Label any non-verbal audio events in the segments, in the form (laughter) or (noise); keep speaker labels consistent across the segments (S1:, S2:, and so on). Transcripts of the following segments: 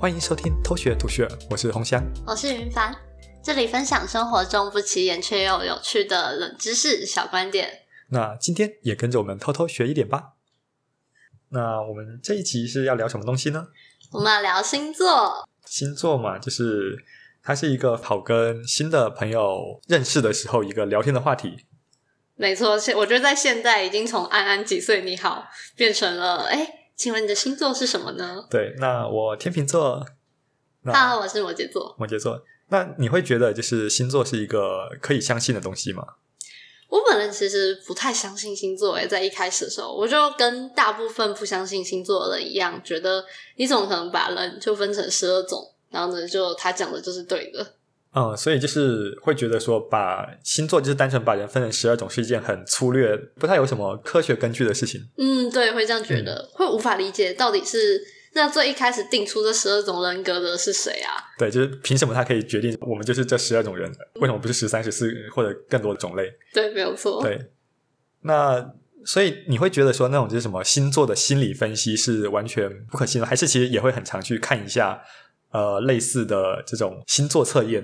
S1: 欢迎收听《偷学吐血》，我是红香。
S2: 我是云帆，这里分享生活中不起眼却又有趣的冷知识小观点。
S1: 那今天也跟着我们偷偷学一点吧。那我们这一集是要聊什么东西呢？
S2: 我们要聊星座，
S1: 星座嘛，就是它是一个好跟新的朋友认识的时候一个聊天的话题。
S2: 没错，现我觉得在现在已经从安安几岁你好变成了哎，请问你的星座是什么呢？
S1: 对，那我天秤座，
S2: 大家
S1: 那
S2: 好，我是摩羯座。
S1: 摩羯座，那你会觉得就是星座是一个可以相信的东西吗？
S2: 我本人其实不太相信星座诶，在一开始的时候，我就跟大部分不相信星座的人一样，觉得你怎么可能把人就分成十二种，然后呢，就他讲的就是对的。
S1: 嗯，所以就是会觉得说，把星座就是单纯把人分成十二种是一件很粗略、不太有什么科学根据的事情。
S2: 嗯，对，会这样觉得，会无法理解到底是那最一开始定出这十二种人格的是谁啊？
S1: 对，就是凭什么他可以决定我们就是这十二种人？为什么不是十三、十四或者更多的种类？
S2: 对，没有错。
S1: 对，那所以你会觉得说那种就是什么星座的心理分析是完全不可信的，还是其实也会很常去看一下呃类似的这种星座测验？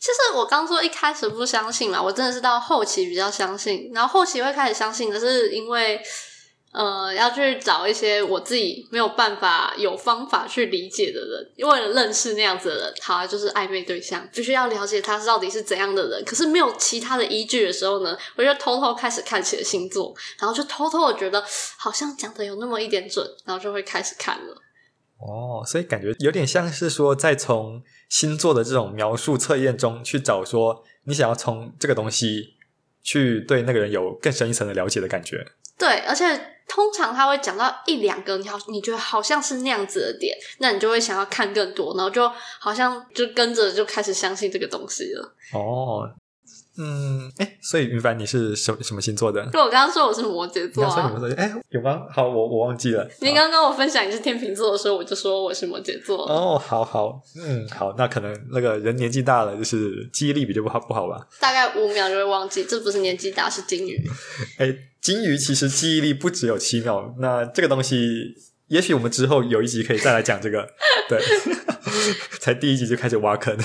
S2: 其实我刚说一开始不相信嘛，我真的是到后期比较相信，然后后期会开始相信的是因为，呃，要去找一些我自己没有办法有方法去理解的人，为了认识那样子的人，好、啊，就是暧昧对象，必须要了解他到底是怎样的人。可是没有其他的依据的时候呢，我就偷偷开始看起了星座，然后就偷偷的觉得好像讲的有那么一点准，然后就会开始看了。
S1: 哦，所以感觉有点像是说，在从星座的这种描述测验中去找说，你想要从这个东西去对那个人有更深一层的了解的感觉。
S2: 对，而且通常他会讲到一两个，你好，你觉得好像是那样子的点，那你就会想要看更多，然后就好像就跟着就开始相信这个东西了。
S1: 哦，嗯，哎，所以云凡你是什什么星座的？
S2: 就我刚刚说我是摩羯
S1: 你
S2: 座
S1: 要说你
S2: 啊
S1: 们，说，哎，有吗？好，我我忘记了。
S2: 你刚刚我分享你是天秤座的时候，我就说我是摩羯座。
S1: 哦，好好，嗯，好，那可能那个人年纪大了，就是记忆力比较不好不好吧。
S2: 大概五秒就会忘记，这不是年纪大，是金鱼。
S1: 哎，金鱼其实记忆力不只有七秒，那这个东西，也许我们之后有一集可以再来讲这个，对， (laughs) 才第一集就开始挖坑，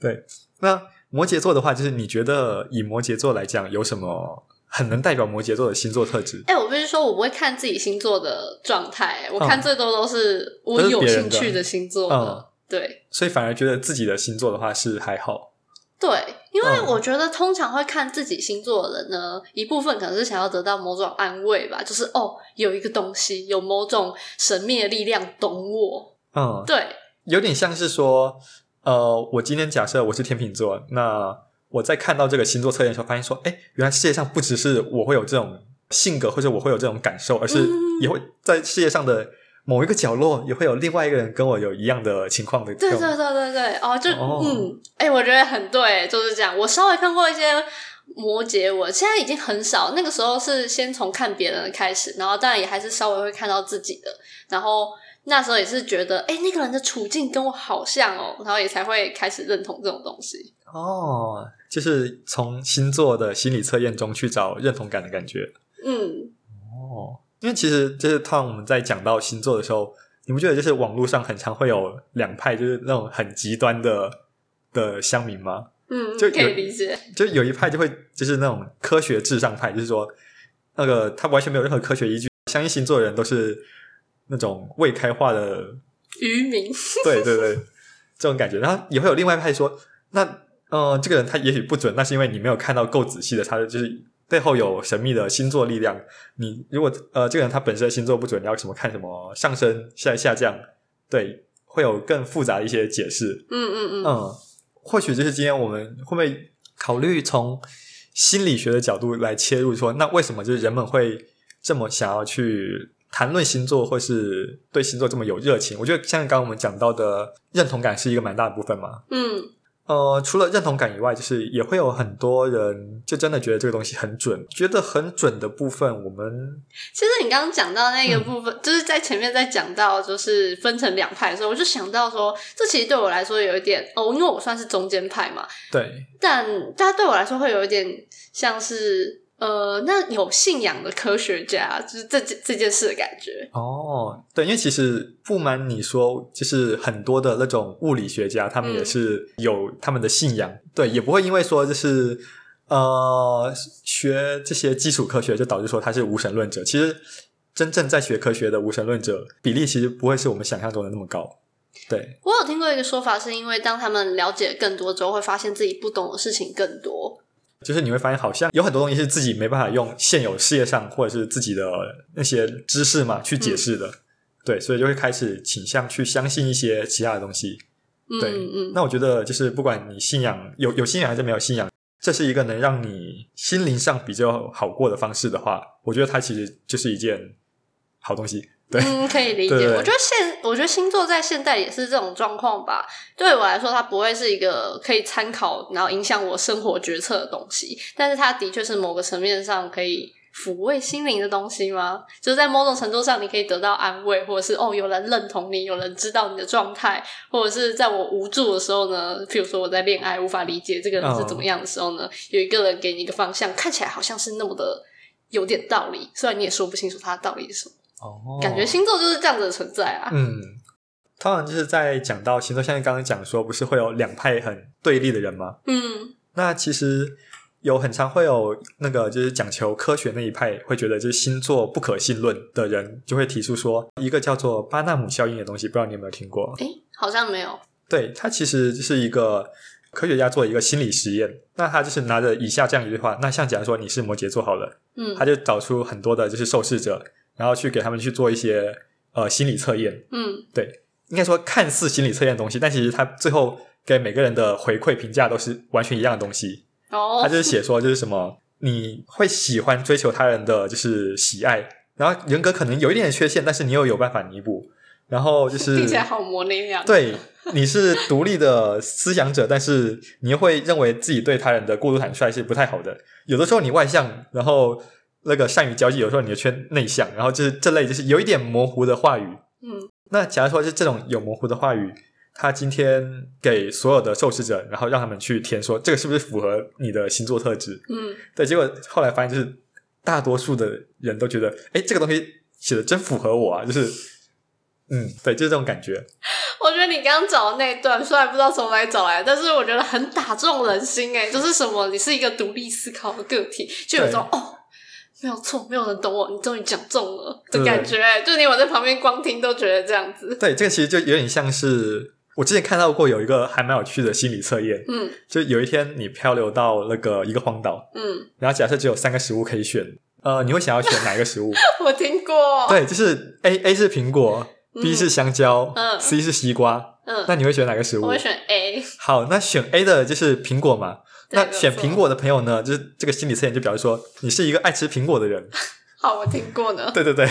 S1: 对。那摩羯座的话，就是你觉得以摩羯座来讲，有什么很能代表摩羯座的星座特质？
S2: 哎、我必须说，我不会看自己星座的状态，我
S1: 嗯
S2: 看最多都是我
S1: 都是
S2: 有
S1: 别人
S2: 兴
S1: 的
S2: 趣的星座
S1: 嗯
S2: 的。对，
S1: 所以反而觉得自己的星座的话是还好，
S2: 对，因为
S1: 嗯
S2: 我觉得通常会看自己星座的人呢，一部分可能是想要得到某种安慰吧，就是哦，有一个东西，有某种神秘的力量懂我。
S1: 嗯，
S2: 对，
S1: 有点像是说，呃，我今天假设我是天秤座，那我在看到这个星座测验的时候，发现说，哎，原来世界上不只是我会有这种性格或者我会有这种感受，而是
S2: 嗯
S1: 也会在世界上的某一个角落，也会有另外一个人跟我有一样的情况的这
S2: 对
S1: 种。
S2: 对对对对，哦，就
S1: 哦
S2: 嗯，哎、我觉得很对，就是这样。我稍微看过一些摩羯文，现在已经很少。那个时候是先从看别人的开始，然后当然也还是稍微会看到自己的，然后。那时候也是觉得，哎、那个人的处境跟我好像哦，然后也才会开始认同这种东西。
S1: 哦，就是从星座的心理测验中去找认同感的感觉。
S2: 嗯，
S1: 哦，因为其实就是当我们在讲到星座的时候，你不觉得就是网络上很常会有两派，就是那种很极端的的乡民吗？
S2: 嗯，
S1: 就
S2: 可
S1: 有
S2: 以理解。
S1: 就有一派就会就是那种科学至上派，就是说那个他完全没有任何科学依据，相信星座的人都是那种未开化的，
S2: 渔民，
S1: 对对对，这种感觉。然后也会有另外一派说，那呃，这个人他也许不准，那是因为你没有看到够仔细的，他就是背后有神秘的星座力量。你如果呃这个人他本身的星座不准，你要什么看什么上升下下降，对，会有更复杂的一些解释。
S2: 嗯嗯嗯，
S1: 嗯，或许就是今天我们会不会考虑从心理学的角度来切入说，那为什么就是人们会这么想要去谈论星座，或是对星座这么有热情？我觉得像刚刚我们讲到的认同感是一个蛮大的部分嘛。
S2: 嗯，
S1: 呃，除了认同感以外，就是也会有很多人就真的觉得这个东西很准，觉得很准的部分，我们
S2: 其实你刚刚讲到那个
S1: 嗯
S2: 部分，就是在前面在讲到就是分成两派的时候，我就想到说，这其实对我来说有一点哦，因为我算是中间派嘛，
S1: 对
S2: 但但对我来说会有一点像是。呃，那有信仰的科学家，就是这件这件事的感觉。
S1: 哦，对，因为其实不瞒你说，就是很多的那种物理学家，他们
S2: 嗯
S1: 也是有他们的信仰，对，也不会因为说就是呃学这些基础科学就导致说他是无神论者。其实真正在学科学的无神论者比例，其实不会是我们想象中的那么高。对，
S2: 我有听过一个说法，是因为当他们了解更多之后，会发现自己不懂的事情更多。
S1: 就是你会发现，好像有很多东西是自己没办法用现有事业上或者是自己的那些知识嘛去解释的，对，所以就会开始倾向去相信一些其他的东西。
S2: 嗯
S1: 对
S2: 嗯，
S1: 那我觉得就是不管你信仰有有信仰还是没有信仰，这是一个能让你心灵上比较好过的方式的话，我觉得它其实就是一件好东西。对，
S2: 嗯，可以理解。
S1: 对对对
S2: 我觉得现，我觉得星座在现代也是这种状况吧。对我来说，它不会是一个可以参考，然后影响我生活决策的东西，但是它的确是某个层面上可以抚慰心灵的东西吗？就是在某种程度上，你可以得到安慰，或者是哦，有人认同你，有人知道你的状态，或者是在我无助的时候呢，譬如说我在恋爱无法理解这个人是怎么
S1: 嗯
S2: 样的时候呢，有一个人给你一个方向，看起来好像是那么的。有点道理，虽然你也说不清楚它的道理是什么。
S1: 哦
S2: 感觉星座就是这样子的存在啊。
S1: 嗯，通常就是在讲到星座，像你刚刚讲说，不是会有两派很对立的人吗？
S2: 嗯
S1: 那其实有很常会有那个就是讲求科学那一派会觉得就是星座不可信论的人，就会提出说一个叫做巴纳姆效应的东西，不知道你有没有听过？
S2: 诶，好像没有。
S1: 对，它其实就是一个科学家做一个心理实验。那他就是拿着以下这样一句话，那像假如说你是摩羯座好了，
S2: 嗯
S1: 他就找出很多的就是受试者，然后去给他们去做一些呃心理测验。
S2: 嗯
S1: 应该说看似心理测验的东西，但其实他最后给每个人的回馈评价都是完全一样的东西。他
S2: 哦
S1: 就是写说就是什么你会喜欢追求他人的就是喜爱，然后人格可能有一点点缺陷，但是你又有办法弥补。然后就是
S2: 听起来好模棱 (laughs) 两可。
S1: 对，你是独立的思想者，但是你又会认为自己对他人的过度坦率是不太好的。有的时候你外向，然后那个善于交际；有时候你就缺内向，然后就是这类就是有一点模糊的话语。
S2: 嗯
S1: 那假如说是这种有模糊的话语，他今天给所有的受试者，然后让他们去填说这个是不是符合你的星座特质？
S2: 嗯，
S1: 对，结果后来发现就是大多数的人都觉得，哎，这个东西写的真符合我啊，就是嗯，对，就是这种感觉。
S2: 我觉得你刚刚找的那一段，虽然不知道从哪里找来，但是我觉得很打中人心诶，就是什么，你是一个独立思考的个体，就有一种哦。没有错，没有人懂我，你终于讲中了的
S1: 对
S2: 感觉、就你我在旁边光听都觉得这样子，
S1: 对，这个其实就有点像是我之前看到过有一个还蛮有趣的心理测验，
S2: 嗯
S1: 就有一天你漂流到那个一个荒岛，
S2: 嗯， (laughs)
S1: 然后假设只有三个食物可以选，呃，你会想要选哪一个食物？
S2: (laughs) 我听过，，
S1: 对，就是 A A 是苹果，B 是香蕉、
S2: 嗯
S1: c 是西瓜，那
S2: 嗯，
S1: 你会选哪个食物
S2: 我会？选 A，
S1: 好，那选 A 的就是苹果嘛。
S2: 对
S1: 那选苹，果的朋友呢，就是这个心理测验就表示说你是一个爱吃苹果的人。 (laughs)
S2: 没有错好，我听过呢，
S1: 对对 (laughs) 对，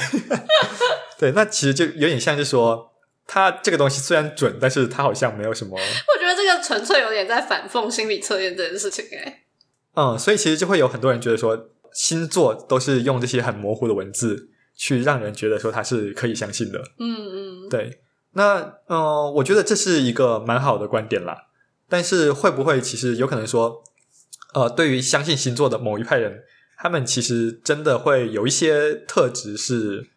S1: 对，那其实就有点像是说，它这个东西虽然准，但是它好像没有什么
S2: 我觉得这个纯粹有点在反讽心理测验这件事情、欸，哎，
S1: 嗯，所以其实就会有很多人觉得说，星座都是用这些很模糊的文字去让人觉得说它是可以相信的。
S2: 嗯嗯，
S1: 对，那嗯、呃我觉得这是一个蛮好的观点啦。但是会不会其实有可能说，呃，对于相信星座的某一派人，他们其实真的会有一些特质是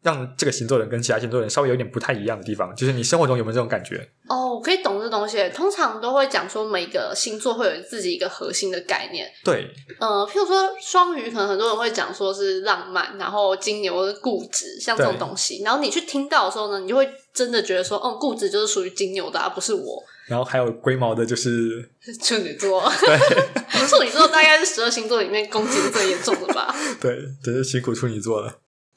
S1: 让这个星座人跟其他星座人稍微有点不太一样的地方，就是你生活中有没有这种感觉？
S2: 哦，我可以懂这东西。通常都会讲说，每个星座会有自己一个核心的概念。
S1: 对，
S2: 呃，譬如说双鱼，可能很多人会讲说是浪漫，然后金牛是固执，像这种
S1: 对
S2: 东西。然后你去听到的时候呢，你就会真的觉得说，嗯，固执就是属于金牛的、啊，不是我。
S1: 然后还有龟毛的，就是
S2: 处女座， (laughs) 处女座大概是十二星座里面攻击是最严重的吧。
S1: 对，真是辛苦处女座了。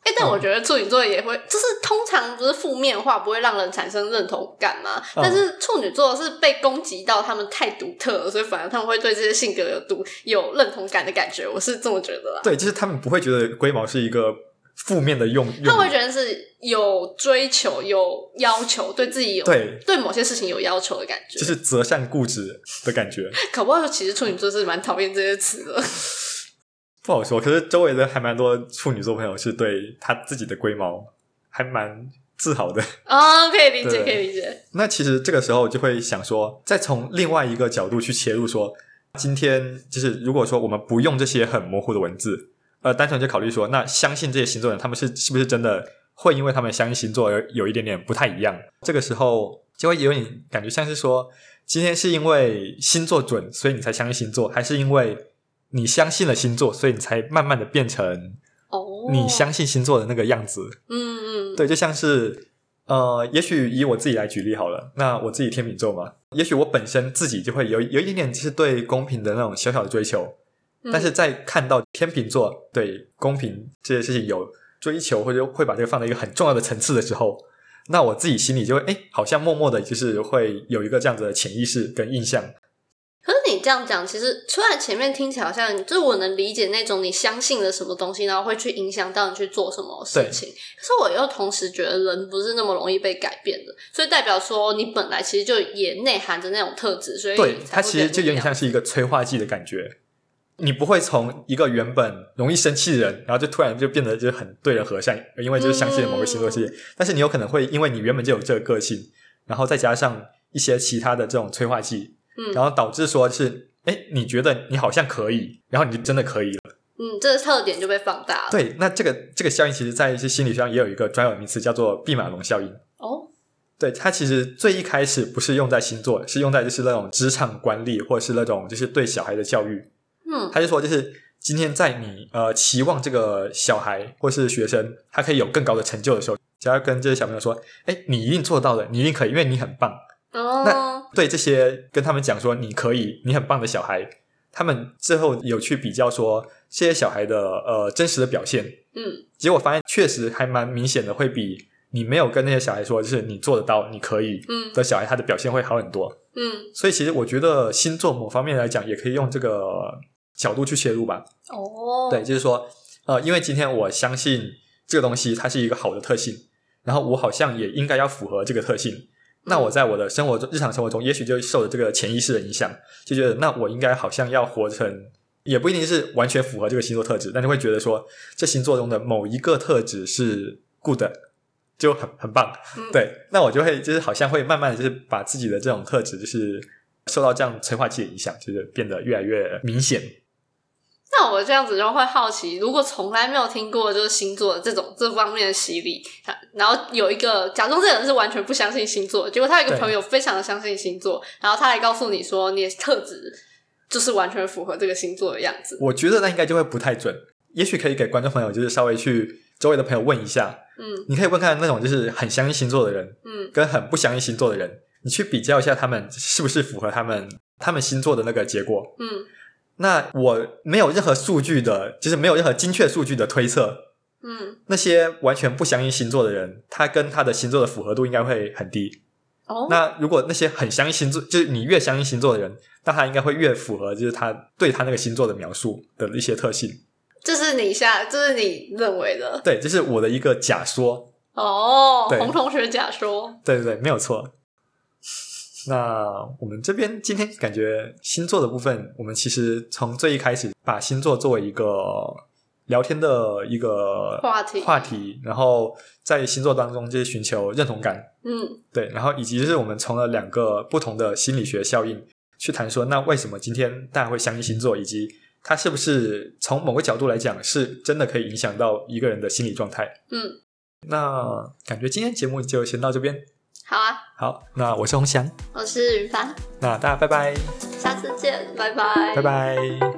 S2: 哎、
S1: 嗯
S2: 但我觉得处女座也会，就是通常不是负面话不会让人产生认同感嘛。
S1: 嗯
S2: 但是处女座是被攻击到，他们太独特了，所以反而他们会对这些性格有独有认同感的感觉，我是这么觉得啦。
S1: (laughs) 对，就是他们不会觉得龟毛是一个负面的用，
S2: 他
S1: 用
S2: 们会
S1: 语
S2: 觉得是有追求、有要求，对自己有
S1: 对，
S2: 对某些事情有要求的感觉。
S1: 就是择善固执的感觉，
S2: 可不好，其实处女座是蛮讨厌这些词
S1: (laughs)
S2: 的。
S1: 不好说。可是周围的还蛮多处女座朋友是对他自己的龟毛还蛮自豪的。
S2: 啊、可以理
S1: 对
S2: 解，可以理解。
S1: 那其实这个时候就会想说，再从另外一个角度去切入说。今天就是如果说我们不用这些很模糊的文字，呃，单纯就考虑说，那相信这些星座人，他们是是不是真的会因为他们相信星座而有一点点不太一样？这个时候就会有点感觉像是说，今天是因为星座准，所以你才相信星座，还是因为你相信了星座，所以你才慢慢的变成
S2: 哦，
S1: 你相信星座的那个样子？
S2: 嗯嗯，
S1: 对，就像是呃，也许以我自己来举例好了。那我自己天秤座嘛，也许我本身自己就会有有一点点就是对公平的那种小小的追求，
S2: 嗯
S1: 但是在看到天秤座对公平这件事情有追求，或者会把这个放在一个很重要的层次的时候，那我自己心里就会哎，诶好像默默的就是会有一个这样子的潜意识跟印象。
S2: 可是你这样讲，其实虽然前面听起来好像，就是我能理解那种你相信了什么东西，然后会去影响到你去做什么事情。可是我又同时觉得人不是那么容易被改变的，所以代表说你本来其实就也内含着那种特质，所以
S1: 对
S2: 你，才
S1: 它
S2: 会
S1: 其实
S2: 变
S1: 就有点
S2: 成
S1: 像是一个催化剂的感觉。你不会从一个原本容易生气的人，然后就突然就变得就是很对人和善，因为就是相信了某个星座世界。
S2: 嗯
S1: 但是你有可能会因为你原本就有这个个性，然后再加上一些其他的这种催化剂，
S2: 嗯
S1: 然后导致说是，哎，你觉得你好像可以，然后你就真的可以了。
S2: 那样嗯，这个特点就被放大了。
S1: 对，那这个这个效应其实在一些心理学上也有一个专有名词叫做毕马龙效应。
S2: 哦，
S1: 对，它其实最一开始不是用在星座，是用在就是那种职场管理，或者是那种就是对小孩的教育。
S2: 嗯
S1: 他就说，就是今天在你呃期望这个小孩或是学生他可以有更高的成就的时候，只要跟这些小朋友说，哎，你一定做到的，你一定可以，因为你很棒。
S2: 哦，
S1: 对这些跟他们讲说你可以，你很棒的小孩，他们最后有去比较说这些小孩的呃真实的表现，
S2: 嗯
S1: 结果发现确实还蛮明显的，会比你没有跟那些小孩说，就是你做得到，你可以
S2: 嗯
S1: 的小孩，他的表现会好很多。
S2: 嗯，
S1: 所以其实我觉得星座某方面来讲，也可以用这个角度去切入吧。
S2: 哦，
S1: 对，就是说，呃，因为今天我相信这个东西它是一个好的特性，然后我好像也应该要符合这个特性。那我在我的生活中、日常生活中，也许就受了这个潜意识的影响，就觉得那我应该好像要活成，也不一定是完全符合这个星座特质，但是会觉得说这星座中的某一个特质是 good，的就很很棒。
S2: (laughs) 嗯，
S1: 对，那我就会就是好像会慢慢的就是把自己的这种特质，就是受到这样催化剂的影响，就是变得越来越明显。
S2: 那我这样子就会好奇，如果从来没有听过就是星座的这种这方面的洗礼，啊然后有一个假装这个人是完全不相信星座，结果他有一个
S1: 对
S2: 朋友非常的相信星座，然后他来告诉你说你的特质就是完全符合这个星座的样子。
S1: 我觉得那应该就会不太准，也许可以给观众朋友就是稍微去周围的朋友问一下，
S2: 嗯
S1: 你可以问看那种就是很相信星座的人
S2: 嗯
S1: 跟很不相信星座的人，你去比较一下他们是不是符合他们他们星座的那个结果。
S2: 嗯
S1: 那我没有任何数据的，就是没有任何精确数据的推测，
S2: 嗯，
S1: 那些完全不相信星座的人，他跟他的星座的符合度应该会很低。
S2: 哦，
S1: 那如果那些很相信星座，就是你越相信星座的人，那他应该会越符合就是他对他那个星座的描述的一些特性。
S2: 这是你下，这是你认为的
S1: 对，这是我的一个假说。
S2: 哦。
S1: 对
S2: 洪同学假说，
S1: 对对对，没有错。那我们这边今天感觉星座的部分，我们其实从最一开始把星座作为一个聊天的一个
S2: 话题
S1: 话题，然后在星座当中就是寻求认同感，
S2: 嗯
S1: 对，然后以及就是我们从了两个不同的心理学效应去谈说，那为什么今天大家会相信星座，以及它是不是从某个角度来讲是真的可以影响到一个人的心理状态？
S2: 嗯，
S1: 那感觉今天节目就先到这边。
S2: 好啊，
S1: 好，那我是洪翔，
S2: 我是云凡，
S1: 那大家拜拜，
S2: 下次见，拜拜，
S1: 拜。拜。